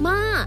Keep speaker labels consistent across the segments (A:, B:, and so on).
A: 妈，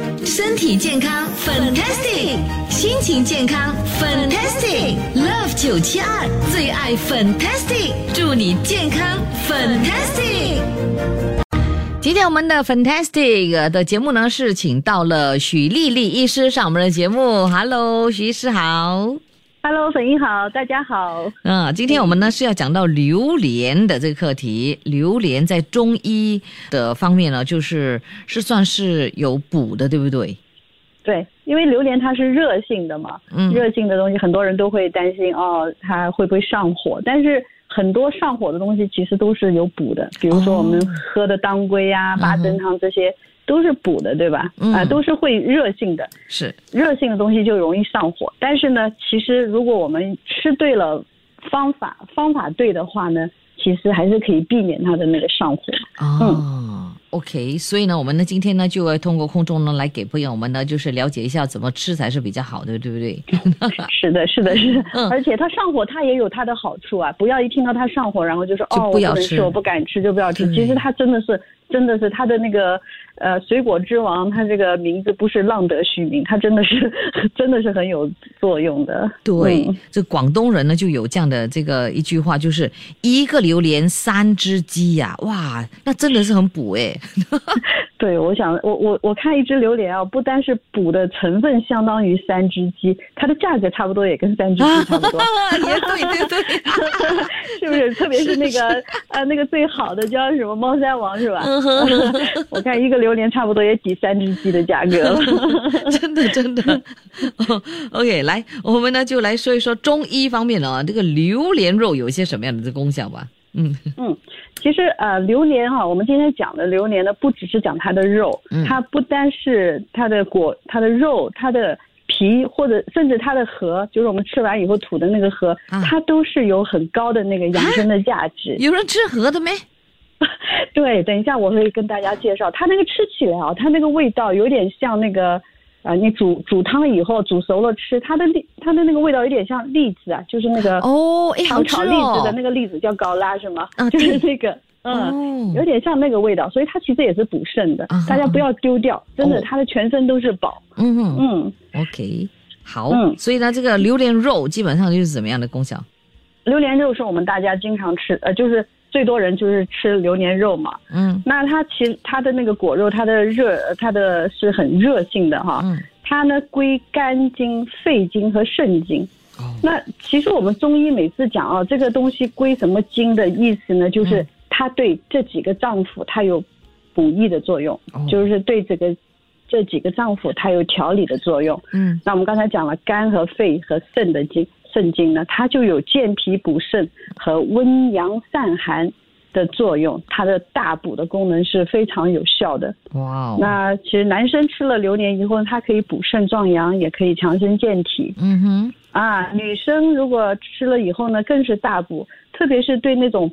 B: 身体健康，fantastic；心情健康，fantastic。Love 九七二最爱 fantastic，祝你健康，fantastic。
C: 今天我们的 Fantastic 呃的节目呢，是请到了许丽丽医师上我们的节目。Hello，许医师好。
D: Hello，粉英好，大家好。
C: 啊，今天我们呢是要讲到榴莲的这个课题。榴莲在中医的方面呢，就是是算是有补的，对不对？
D: 对，因为榴莲它是热性的嘛，嗯、热性的东西很多人都会担心哦，它会不会上火？但是很多上火的东西其实都是有补的，比如说我们喝的当归呀、啊、八珍汤这些。嗯都是补的，对吧？啊、嗯呃，都是会热性的，
C: 是
D: 热性的东西就容易上火。但是呢，其实如果我们吃对了方法，方法对的话呢，其实还是可以避免它的那个上火。
C: 哦、嗯、，OK，所以呢，我们呢今天呢就要通过空中呢来给朋友们呢就是了解一下怎么吃才是比较好的，对不 对？
D: 是的，是的，是的。嗯、而且它上火它也有它的好处啊，不要一听到它上火，然后就说哦，我不能吃，我不敢吃，就不要吃。其实它真的是。真的是他的那个呃水果之王，他这个名字不是浪得虚名，他真的是 真的是很有作用的。
C: 对，嗯、这广东人呢就有这样的这个一句话，就是一个榴莲三只鸡呀、啊，哇，那真的是很补哎、欸。
D: 对，我想我我我看一只榴莲啊，不单是补的成分相当于三只鸡，它的价格差不多也跟三只鸡差不 多。
C: 也对对对，
D: 是不是？特别是嗯那个呃那个最好的叫什么猫山王是吧？
C: 啊
D: 我看一个榴莲差不多也抵三只鸡的价格了
C: 真的真的。Oh, OK，来，我们呢就来说一说中医方面啊，这个榴莲肉有一些什么样的这功效吧？嗯
D: 嗯，其实呃，榴莲哈、啊，我们今天讲的榴莲呢，不只是讲它的肉，嗯、它不单是它的果、它的肉、它的皮，或者甚至它的核，就是我们吃完以后吐的那个核，啊、它都是有很高的那个养生的价 值。
C: 有人吃核的没？
D: 对，等一下我会跟大家介绍，它那个吃起来啊，它那个味道有点像那个，呃，你煮煮汤以后煮熟了吃，它的栗，它的那个味道有点像栗子啊，就是那个
C: 哦，哦哎，好
D: 炒栗子的那个栗子叫高拉是吗？啊， 就是那个，嗯，有点像那个味道，所以它其实也是补肾的，大家不要丢掉，真的，它的全身都是宝。
C: 嗯嗯，OK，好，所以呢，这个榴莲肉基本上就是怎么样的功效？
D: 榴莲肉是我们大家经常吃，呃，就是。最多人就是吃榴莲肉嘛，嗯，那它其实它的那个果肉，它的热，呃它的是很热性的哈，嗯，它呢归肝经、肺经和肾经。哦，那其实我们中医每次讲啊，这个东西归什么经的意思呢？就是它对这几个脏腑它有补益的作用，嗯、就是对这个这几个脏腑它有调理的作用。嗯，那我们刚才讲了肝和肺和肾的经。肾经呢，它就有健脾补肾和温阳散寒的作用，它的大补的功能是非常有效的。
C: 哇！
D: 那其实男生吃了榴莲以后，它可以补肾壮阳，也可以强身健体。
C: 嗯哼。
D: 啊，女生如果吃了以后呢，更是大补，特别是对那种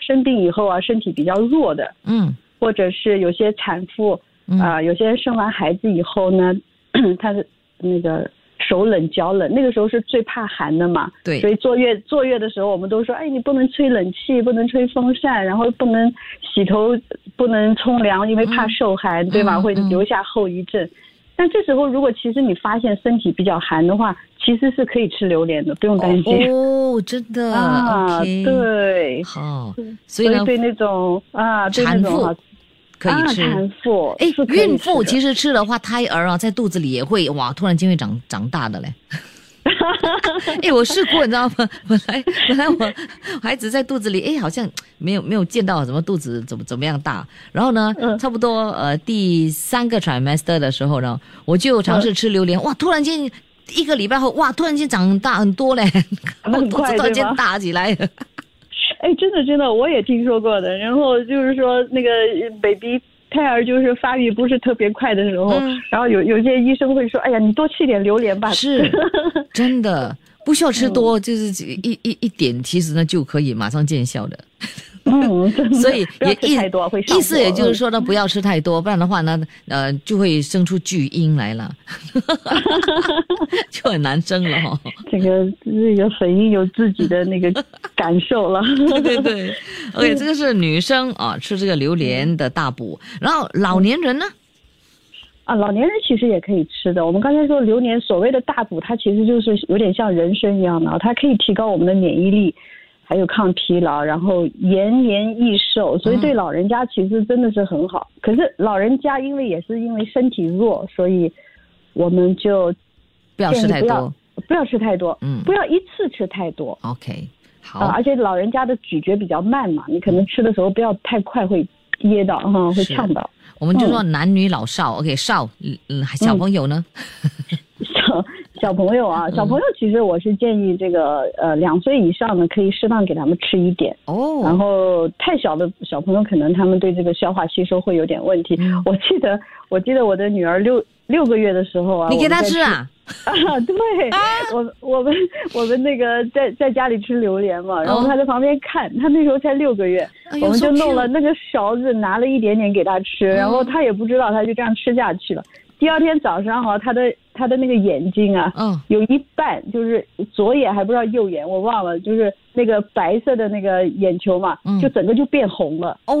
D: 生病以后啊，身体比较弱的，
C: 嗯，
D: 或者是有些产妇啊、呃，有些生完孩子以后呢， 她的那个。手冷脚冷，那个时候是最怕寒的嘛，
C: 对，
D: 所以坐月坐月的时候，我们都说，哎，你不能吹冷气，不能吹风扇，然后不能洗头，不能冲凉，因为怕受寒，嗯、对吧？会留下后遗症。嗯嗯、但这时候，如果其实你发现身体比较寒的话，其实是可以吃榴莲的，不用担心。
C: 哦,哦，真的
D: 啊，对，
C: 好，
D: 所以对那种啊，对那种啊。
C: 可以吃，
D: 产妇
C: 哎，孕妇其实吃的话，胎儿啊在肚子里也会哇，突然间会长长大的嘞。 哎我试过，你知道吗？ 本来本来我孩子在肚子里，哎，好像没有没有见到什么肚子怎么怎么样大。然后呢，嗯、差不多呃第三个 trimester 的时候呢，我就尝试吃榴莲，嗯、哇，突然间一个礼拜后，哇，突然间长大很多嘞，
D: 很
C: 肚子突然间大起来。
D: 哎，真的真的，我也听说过的。然后就是说，那个 baby 胎儿就是发育不是特别快的时候，
C: 嗯
D: 然后有有些医生会说，哎呀，你多吃一点榴莲吧。
C: 是真的，不需要吃多，
D: 嗯
C: 就是一一一点，其实呢就可以马上见效的。
D: 嗯，真的
C: 所以
D: 不要
C: 也
D: 吃
C: 意
D: 太多会上
C: 意思
D: 火
C: 也就是
D: 嗯
C: 说呢，不要吃太多，不然的话呢，呃，就会生出巨婴来了， 就很难生了哦 哈、
D: 这个这个粉英有自己的那个感 受了。
C: 对对对，OK，这个
D: 嗯
C: 是女生啊，吃这个榴莲的大补，然后老年人呢，
D: 啊，老年人其实也可以吃的。我们刚才说榴莲所谓的大补，它其实就是有点像人参一样的，它可以提高我们的免疫力，还有抗疲劳，然后延年益寿，所以对老人家其实真的是很好。可是老人家因为也是因为身体弱，所以我们就
C: 不要
D: 建
C: 吃
D: 议
C: 太
D: 不要
C: 多。
D: 不要吃太多，
C: 嗯
D: 不要一次吃太多。
C: OK，
D: 啊，
C: 好
D: 而，且老人家的咀嚼比较慢嘛，你可能吃的时候不要太快，会噎到哈，会
C: 是
D: 呛到。
C: 我们就
D: 嗯
C: 说男女老少，OK，少，嗯，小朋友呢，
D: 小小朋友啊，小朋友其实我是建议这个呃两岁以上的可以适当给他们吃一点，然
C: 哦，
D: 后太小的小朋友可能他们对这个消化吸收会有点问题。
C: 嗯
D: 我记得我记得我的女儿六六个月的时候啊，
C: 你给
D: 我
C: 他
D: 们在
C: 吃啊，
D: 啊，对，我我们我们那个在在家里吃榴莲嘛，然后
C: 哦
D: 他在旁边看，他那时候才六个月，
C: 哎呦
D: 我们
C: so
D: 就弄了
C: cute
D: 那个勺子，拿了一点点给他吃，然
C: 嗯
D: 后他也不知道，他就这样吃下去了。第二天早上哈、他的他的那个眼睛啊，
C: 嗯
D: 有一半就是左眼还不知道右眼，我忘了，就是那个白色的那个眼球嘛，
C: 嗯
D: 就整个就变红了，
C: 哦，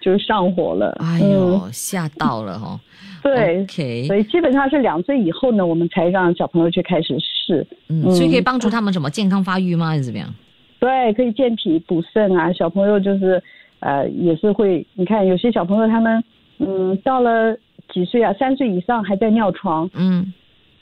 D: 就是上火了。
C: 哎
D: 嗯，
C: 呦，吓到了哈、
D: 对。
C: ，OK，
D: 所以基本上是两岁以后呢，我们才让小朋友去开始试。
C: 嗯，
D: 嗯
C: 所以可以帮助他们什么健康发育吗？还是怎么样？
D: 对，可以健脾补肾啊。小朋友就是，呃，也是会，你看有些小朋友他们，嗯，到了几岁啊，三岁以上还在尿床，
C: 嗯，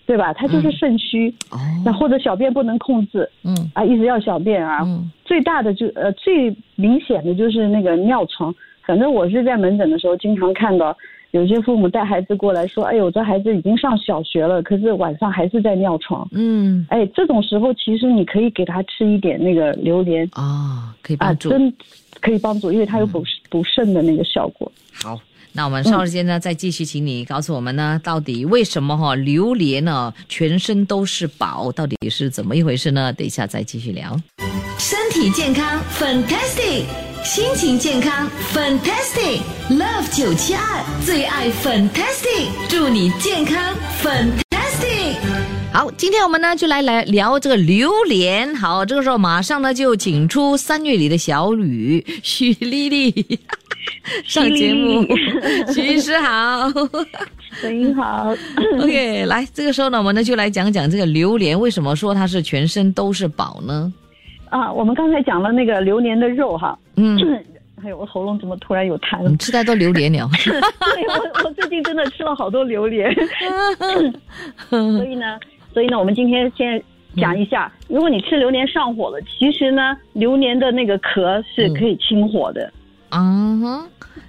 D: 对吧？他就是
C: 嗯
D: 肾虚，
C: 哦，
D: 那或者小便不能控制
C: 嗯
D: 啊，一直要小便啊。
C: 嗯
D: 最大的就呃最明显的就是那个尿床，反正我是在门诊的时候经常看到。有些父母带孩子过来说：“哎呦，我这孩子已经上小学了，可是晚上还是在尿床。
C: 嗯”，
D: 哎，这种时候其实你可以给他吃一点那个榴莲，
C: 哦，可以
D: 啊，
C: 帮助。嗯
D: 真可以帮助，因为它有补补肾的那个效果。
C: 好，那我们稍后时间呢，再继续，请你告诉我们呢，到底为什么哈、榴莲呢全身都是宝，到底是怎么一回事呢？等一下再继续聊。
B: 身体健康 fantastic，心情健康 fantastic。Love 972最爱 fantastic，祝你健康 fantastic。
C: 好，今天我们呢就来来聊这个榴莲。好，这个时候马上呢就请出三月里的小 雨许丽丽 上节目， 许医师好。
D: 声音好，
C: OK，来，这个时候呢，我们呢就来讲讲这个榴莲为什么说它是全身都是宝呢？
D: 啊，我们刚才讲了那个榴莲的肉哈，
C: 嗯，
D: 还有我喉咙怎么突然有痰？
C: 你吃太多榴莲了。
D: 对我我最近真的吃了好多榴莲，所以呢，所以呢，我们今天先讲一下，如果你吃榴莲上火了，其实呢，榴莲的那个壳是可以清火的。
C: 啊哈，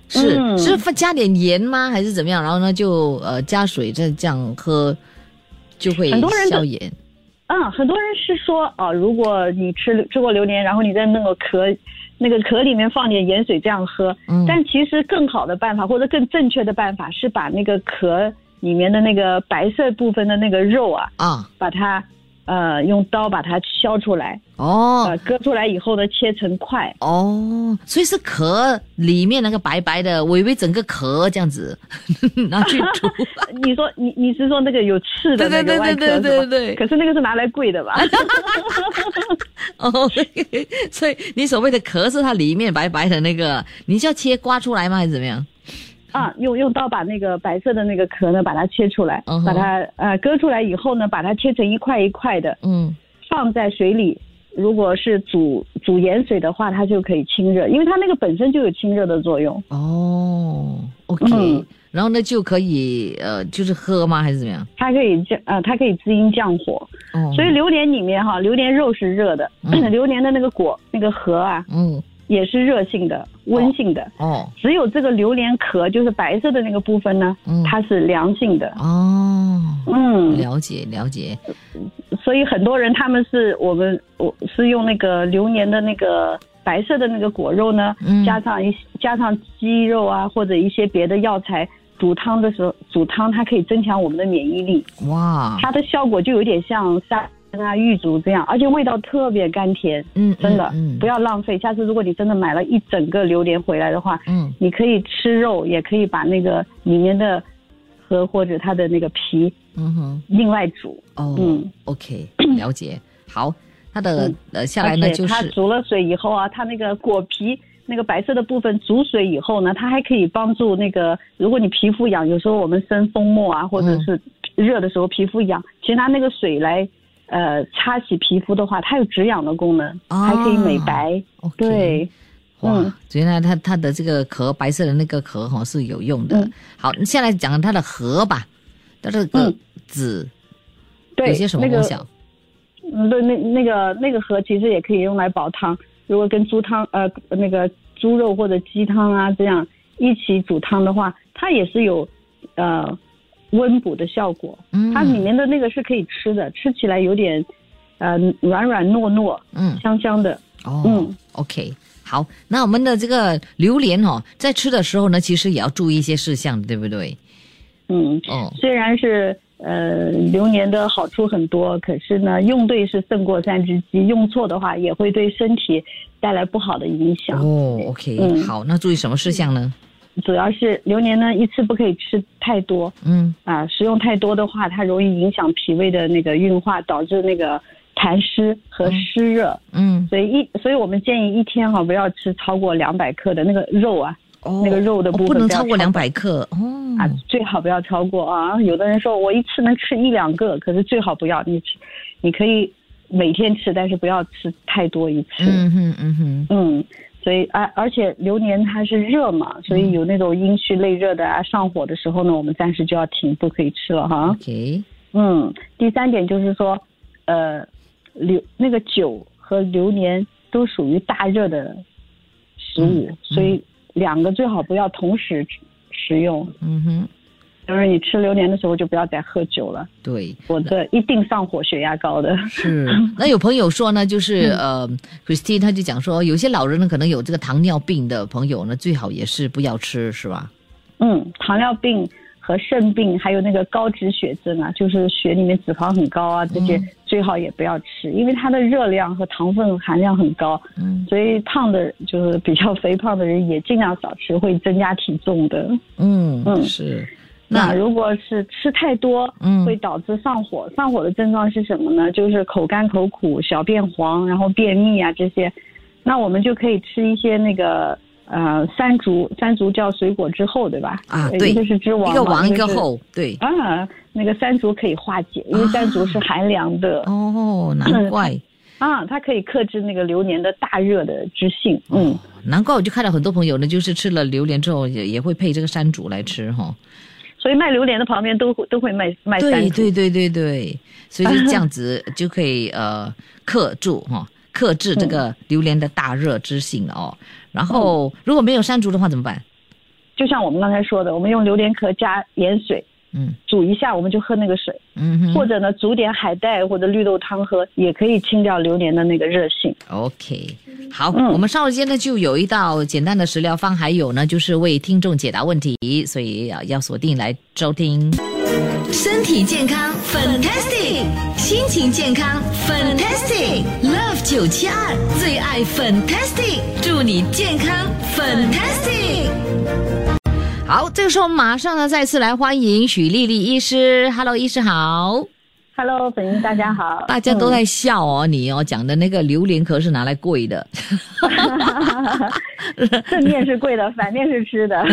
C: 是、
D: 嗯
C: 是放加点盐吗？还是怎么样？然后呢，就呃加水再这样喝，就会
D: 很多人的
C: 消炎。
D: 嗯，很多人是说啊，如果你吃吃过榴莲，然后你在那个壳那个壳里面放点盐水这样喝，
C: 嗯
D: 但其实更好的办法或者更正确的办法是把那个壳里面的那个白色部分的那个肉啊，
C: 啊，
D: 把它呃用刀把它削出来，
C: 哦、
D: 呃割出来以后呢切成块。
C: 哦，所以是壳里面那个白白的，我以为整个壳这样子 拿去煮。
D: 你说你你是说那个有刺的
C: 对
D: 那
C: 对
D: 个外
C: 对
D: 壳
C: 对对
D: 是吧
C: 对对
D: 可是那个是拿来贵的吧？
C: 哦，所以你所谓的壳是它里面白白的那个，你是要切刮出来吗？还是怎么样？
D: 啊，用用刀把那个白色的那个壳呢，把它切出来，
C: 嗯哼
D: 把它呃割出来以后呢，把它切成一块一块的，
C: 嗯
D: 放在水里。如果是煮煮盐水的话，它就可以清热，因为它那个本身就有清热的作用。
C: 哦，OK，、
D: 嗯
C: 然后呢就可以呃，就是喝吗？还是怎么样？
D: 它可以降呃，它可以滋阴降火。
C: 哦，
D: 所以榴莲里面哈，榴莲肉是热的，
C: 嗯
D: 榴莲的那个果那个核啊
C: 嗯
D: 也是热性的、温性的。
C: 哦
D: 只有这个榴莲壳，就是白色的那个部分呢
C: 嗯，
D: 它是凉性的。
C: 哦，
D: 嗯，
C: 了解了解，
D: 所以很多人他们是我们我是用那个榴莲的那个白色的那个果肉呢，
C: 嗯
D: 加上一加上鸡肉啊或者一些别的药材煮汤的时候，煮汤它可以增强我们的免疫力，
C: 哇，
D: 它的效果就有点像沙参啊、玉竹这样，而且味道特别甘甜，
C: 嗯，
D: 真的、
C: 嗯
D: 不
C: 要，
D: 要浪费。下次如果你真的买了一整个榴莲回来的话，
C: 嗯，
D: 你可以吃肉，也可以把那个里面的核或者它的那个皮
C: 嗯哼，
D: 另外煮，
C: 哦、
D: 嗯
C: o k 了解，好，它的、
D: 嗯
C: 呃下来
D: 而
C: 呢
D: 且
C: 就
D: 它
C: 是，
D: 煮了水以后啊，它那个果皮。那个白色的部分煮水以后呢，它还可以帮助那个，如果你皮肤痒，有时候我们生风沫啊，或者是热的时候皮肤痒，其实拿那个水来，呃，擦洗皮肤的话，它有止痒的功能，
C: 啊
D: 还可以美白。
C: OK
D: 对，
C: 哇
D: 嗯，
C: 原来它它的这个壳白色的那个壳哈是有用的。
D: 嗯
C: 好，下来讲它的核吧，它这个
D: 嗯
C: 籽、
D: 对，
C: 有些什么
D: 那个
C: 功效？
D: 嗯，对，那那个那个盒其实也可以用来煲汤，如果跟猪汤呃那个猪肉或者鸡汤啊这样一起煮汤的话，它也是有呃温补的效果。
C: 嗯
D: 它里面的那个是可以吃的，吃起来有点呃软软糯糯、
C: 嗯
D: 香香的。
C: 哦
D: 嗯
C: o k 好，那我们的这个榴莲哦，在吃的时候呢，其实也要注意一些事项，对不对？
D: 嗯，
C: 哦，
D: 虽然是呃榴莲的好处很多，可是呢用对是胜过三只鸡，用错的话也会对身体带来不好的影响。
C: 哦，OK，、
D: 嗯
C: 好，那注意什么事项呢？
D: 主要是榴莲呢一次不可以吃太多。
C: 嗯
D: 啊，食用太多的话，它容易影响脾胃的那个运化，导致那个痰湿和湿热。
C: 嗯，
D: 所以一，所以我们建议一天哈、不要吃超过两百克的那个肉啊，
C: 哦
D: 那个肉的部
C: 哦
D: 分
C: 不能
D: 不要
C: 超过
D: 超
C: 两百克哦。
D: 啊，最好不要超过啊。有的人说我一次能吃一两个，可是最好不要，你吃，你可以每天吃，但是不要吃太多一次。
C: 嗯哼嗯哼，
D: 嗯，所以而、而且榴莲它是热嘛，所以有那种阴虚内热的啊，上火的时候呢，我们暂时就要停，不可以吃了哈。
C: ，OK，
D: 嗯，第三点就是说，呃，榴那个酒和榴莲都属于大热的食物，所以两个最好不要同时吃食用。
C: 嗯哼，
D: 就是你吃榴莲的时候就不要再喝酒了，
C: 对。
D: 否则一定上火血压高的。
C: 是， 那有朋友说呢，就是、
D: 嗯
C: 呃，Christine 他就讲说，有些老人呢可能有这个糖尿病的朋友呢，最好也是不要吃，是吧？
D: 嗯，糖尿病和肾病，还有那个高脂血症啊，就是血里面脂肪很高啊，这些最好也不要吃，因为它的热量和糖分含量很高，
C: 嗯
D: 所以胖的就是比较肥胖的人也尽量少吃，会增加体重的。
C: 嗯，
D: 嗯
C: 是。
D: 那
C: 那
D: 如果是吃太多，
C: 嗯
D: 会导致上火。上火的症状是什么呢？就是口干、口苦、小便黄，然后便秘啊这些。那我们就可以吃一些那个呃山竹，山竹叫水果之后，对吧？
C: 啊
D: 呃
C: 对
D: 一个是之王嘛，
C: 一个王一
D: 个
C: 个
D: 是。
C: 后，对。
D: 啊，那个山竹可以化解，因为山竹是寒凉的
C: 哦，难 怪，
D: 啊它可以克制那个榴莲的大热的之性。
C: 哦
D: 嗯，
C: 难怪我就看到很多朋友呢，就是吃了榴莲之后也也会配这个山竹来吃哈、
D: 所以卖榴莲的旁边都会都会卖卖山
C: 对
D: 竹。
C: 对对对对，所以就是这样子就可以呃克住哈、克制这个
D: 嗯
C: 榴莲的大热之性哦。然后如果没有山竹的话怎么办？
D: 就像我们刚才说的，我们用榴莲壳加盐水
C: 嗯
D: 煮一下，我们就喝那个水，
C: 嗯哼，
D: 或者呢煮点海带或者绿豆汤喝，也可以清掉榴莲的那个热性。
C: OK，好，
D: 嗯
C: 我们稍后间呢就有一道简单的食疗方，还有呢就是为听众解答问题，所以要要锁定来收听。
B: 身体健康 fantastic，心情健康 fantastic。Love 972最爱 fantastic，祝你健康 fantastic。
C: 好，这个时候马上呢再次来欢迎许丽丽医师，Hello，医师好。
D: Hello，粉英，大家好。嗯
C: 大家都在笑哦，你哦讲的那个榴莲壳是拿来跪的，
D: 嗯正面是贵的，反面是 吃的。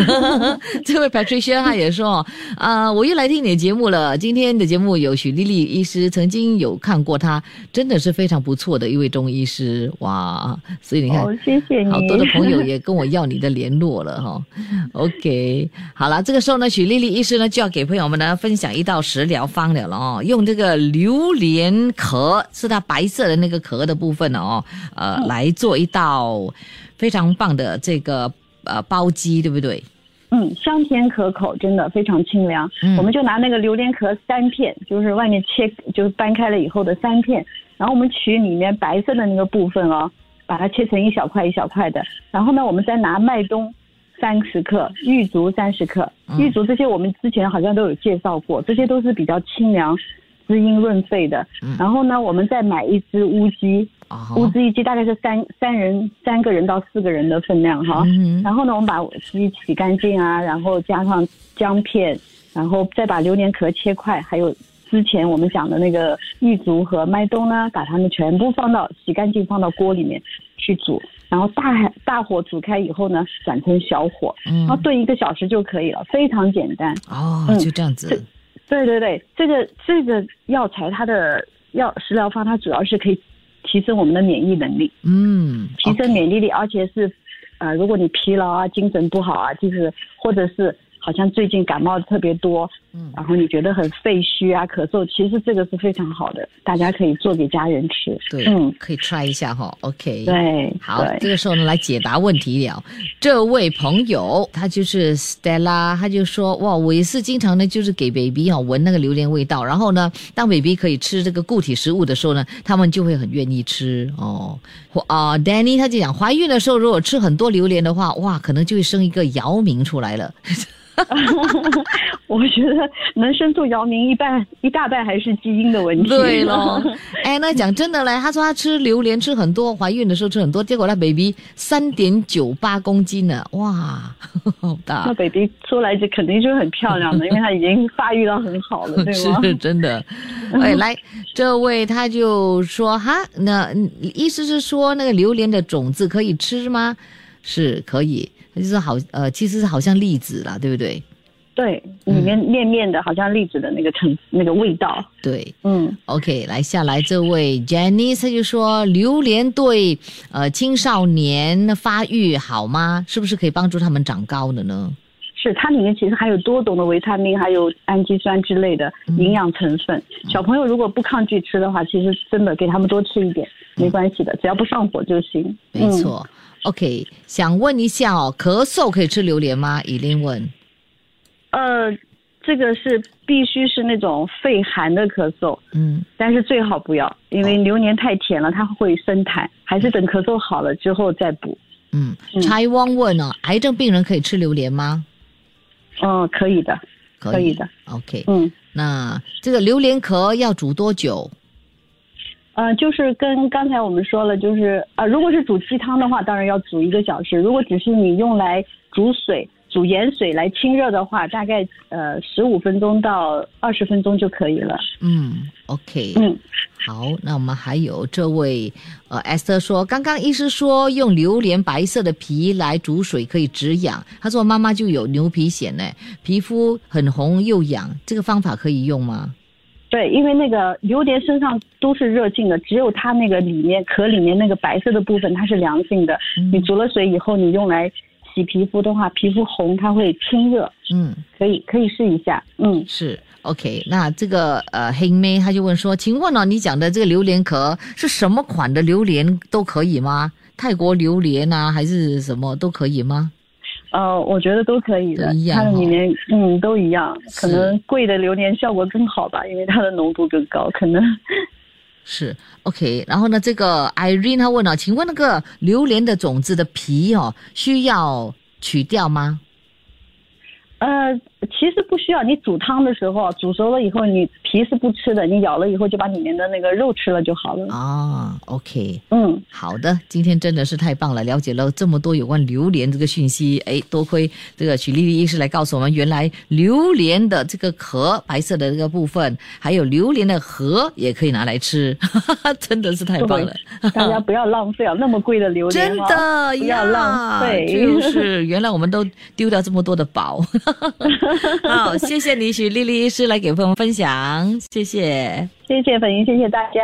C: 这位 Patricia 她也说，哦，啊、我又来听你的节目了。今天的节目有许丽丽医师，曾经有看过她，真的是非常不错的一位中医师，哇！所以你看，
D: 哦，谢谢你。
C: 好多的朋友也跟我要你的联络了哈、OK，好了，这个时候呢，许丽丽医师呢就要给朋友们呢分享一道食疗方疗了哦，用这个榴莲壳是它白色的那个壳的部分哦，呃，来做一道非常棒的这个呃包鸡，对不对？
D: 嗯，香甜可口，真的非常清凉。
C: 嗯
D: 我们就拿那个榴莲壳三片，就是外面切，就是掰开了以后的三片，然后我们取里面白色的那个部分哦，把它切成一小块一小块的。然后呢，我们再拿麦冬三十克，玉竹三十克。玉竹这些我们之前好像都有介绍过，这些都是比较清凉、滋阴润肺的。然后呢，我们再买一只乌鸡，乌
C: 哦，
D: 鸡一鸡大概是三三人三个人到四个人的分量哈。
C: 嗯哼
D: 然后呢，我们把鸡洗干净啊，然后加上姜片，然后再把榴莲壳切块，还有之前我们讲的那个玉竹和麦冬呢，把它们全部放到洗干净，放到锅里面去煮。然后大火大火煮开以后呢，转成小火，
C: 嗯
D: 然后哦炖一个小时就可以了，非常简单。
C: 哦，
D: 嗯
C: 就这样子，
D: 对对对，这个这个药材它的药食疗方，它主要是可以提升我们的免疫能力。
C: 嗯，
D: 提升免疫力，而且是，呃，如果你疲劳啊、精神不好啊，就是或者是好像最近感冒特别多，
C: 嗯
D: 然后你觉得很肺虚啊、咳嗽，其实这个是非常好的，大家可以做给家人吃。
C: 对，
D: 嗯，
C: 可以 try 一下哈，OK，
D: 对，
C: 好，这
D: 对，
C: 个时候呢，来解答问题了。这位朋友，他就是 Stella，他就说，哇，我也是经常呢，就是给 baby 啊闻那个榴莲味道，然后呢，当 baby 可以吃这个固体食物的时候呢，他们就会很愿意吃哦。或啊、d a n n y 他就讲，怀孕的时候如果吃很多榴莲的话，哇，可能就会生一个姚明出来了。
D: 我觉得能生出姚明一半一大半还是基因的问题。
C: 对咯， 哎，那讲真的嘞，他说他吃榴莲吃很多，怀孕的时候吃很多，结果那 baby 三点九八公斤呢，哇， 好大
D: 那。baby 出来就肯定就很漂 亮的，因为她已经发育到很好了，对吗？
C: 是真 的。哎，来，这位他就说哈，那嗯意思是说那个榴莲的种子可以吃吗？是可以，就是好呃，其实是好像栗子啦，对不对？
D: 对，里面面面的，好像栗子的那个成那个味道，
C: 对
D: 嗯。
C: ，OK，来下来这位 Jenny，他就说榴莲对呃青少年发育好吗？是不是可以帮助他们长高的呢？
D: 是，它里面其实含有多种的维他命，还有氨基酸之类的营养成分。小朋友如果不抗拒吃的话，其实真的给他们多吃一点，没关系的，只要不上火就行。
C: 没错、o
D: 嗯
C: k 想问一下哦，咳嗽可以吃榴莲吗？以琳问。
D: 嗯。呃，这个是必须是那种肺寒的咳嗽，
C: 嗯，
D: 但是最好不要，因为榴莲太甜了，它会生痰，还是等咳嗽好了之后再补。
C: 嗯，
D: 嗯
C: 柴汪问哦，癌症病人可以吃榴莲吗？
D: 嗯，可以的，可以的。
C: OK，、
D: 嗯。
C: 那这个榴莲壳要煮多久？
D: 呃，就是跟刚才我们说了，就是呃，如果是煮鸡汤的话，当然要煮一个小时；如果只是你用来煮水、煮盐水来清热的话，大概呃十五分钟到二十分钟就可以了。
C: 嗯，OK，
D: 嗯，
C: 好，那我们还有这位呃，Esther 说，刚刚医师说用榴莲白色的皮来煮水可以止痒，她说妈妈就有牛皮癣呢，皮肤很红又痒，这个方法可以用吗？
D: 对，因为那个榴莲身上都是热性的，只有它那个里面壳里面那个白色的部分它是凉性的。
C: 嗯
D: 你煮了水以后，你用来洗皮肤的话，皮肤红，它会清热，
C: 嗯，
D: 可以可以试一下。嗯，
C: 是 OK，那这个呃黑妹她就问说，请问哦，你讲的这个榴莲壳是什么款的榴莲都可以吗？泰国榴莲啊，还是什么都可以吗？
D: 呃，我觉得都可以的
C: 都一，样
D: 它的
C: 哈
D: 里面嗯都一样，
C: 是
D: 可能贵的榴莲效果更好吧，因为它的浓度更高，可能
C: 是 OK，然后呢，这个 Irene 她问了、啊请问那个榴莲的种子的皮哦，需要取掉吗？
D: 呃其实不需要，你煮汤的时候煮熟了以后，你皮是不吃的，你咬了以后就把里面的那个肉吃了就好了。
C: 啊、o k
D: 嗯，
C: 好的，今天真的是太棒了，了解了这么多有关榴莲这个讯息。哎，多亏这个许丽丽医师来告诉我们，原来榴莲的这个壳白色的这个部分，还有榴莲的核 也可以拿来吃，真的是太棒了。
D: 大家不要浪费啊，那么贵的榴莲
C: 真
D: 哈
C: 的
D: 不要浪费。
C: 呀就是原来我们都丢掉这么多的宝。 好，谢谢你，许丽丽医师来给朋友们分享，谢谢。
D: 谢谢粉云，谢谢大家。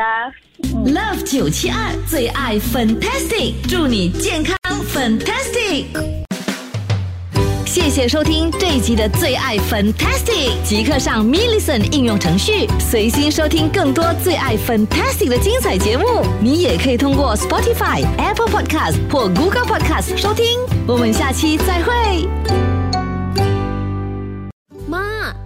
B: Love 九七二最爱 Fantastic，祝你健康 Fantastic。谢谢收听这一集的最爱 Fantastic，即刻上 m i l l i c e n 应用程序，随心收听更多最爱 Fantastic 的精彩节目。你也可以通过 Spotify、Apple Podcast 或 Google Podcast 收听。我们下期再会。
A: 妈，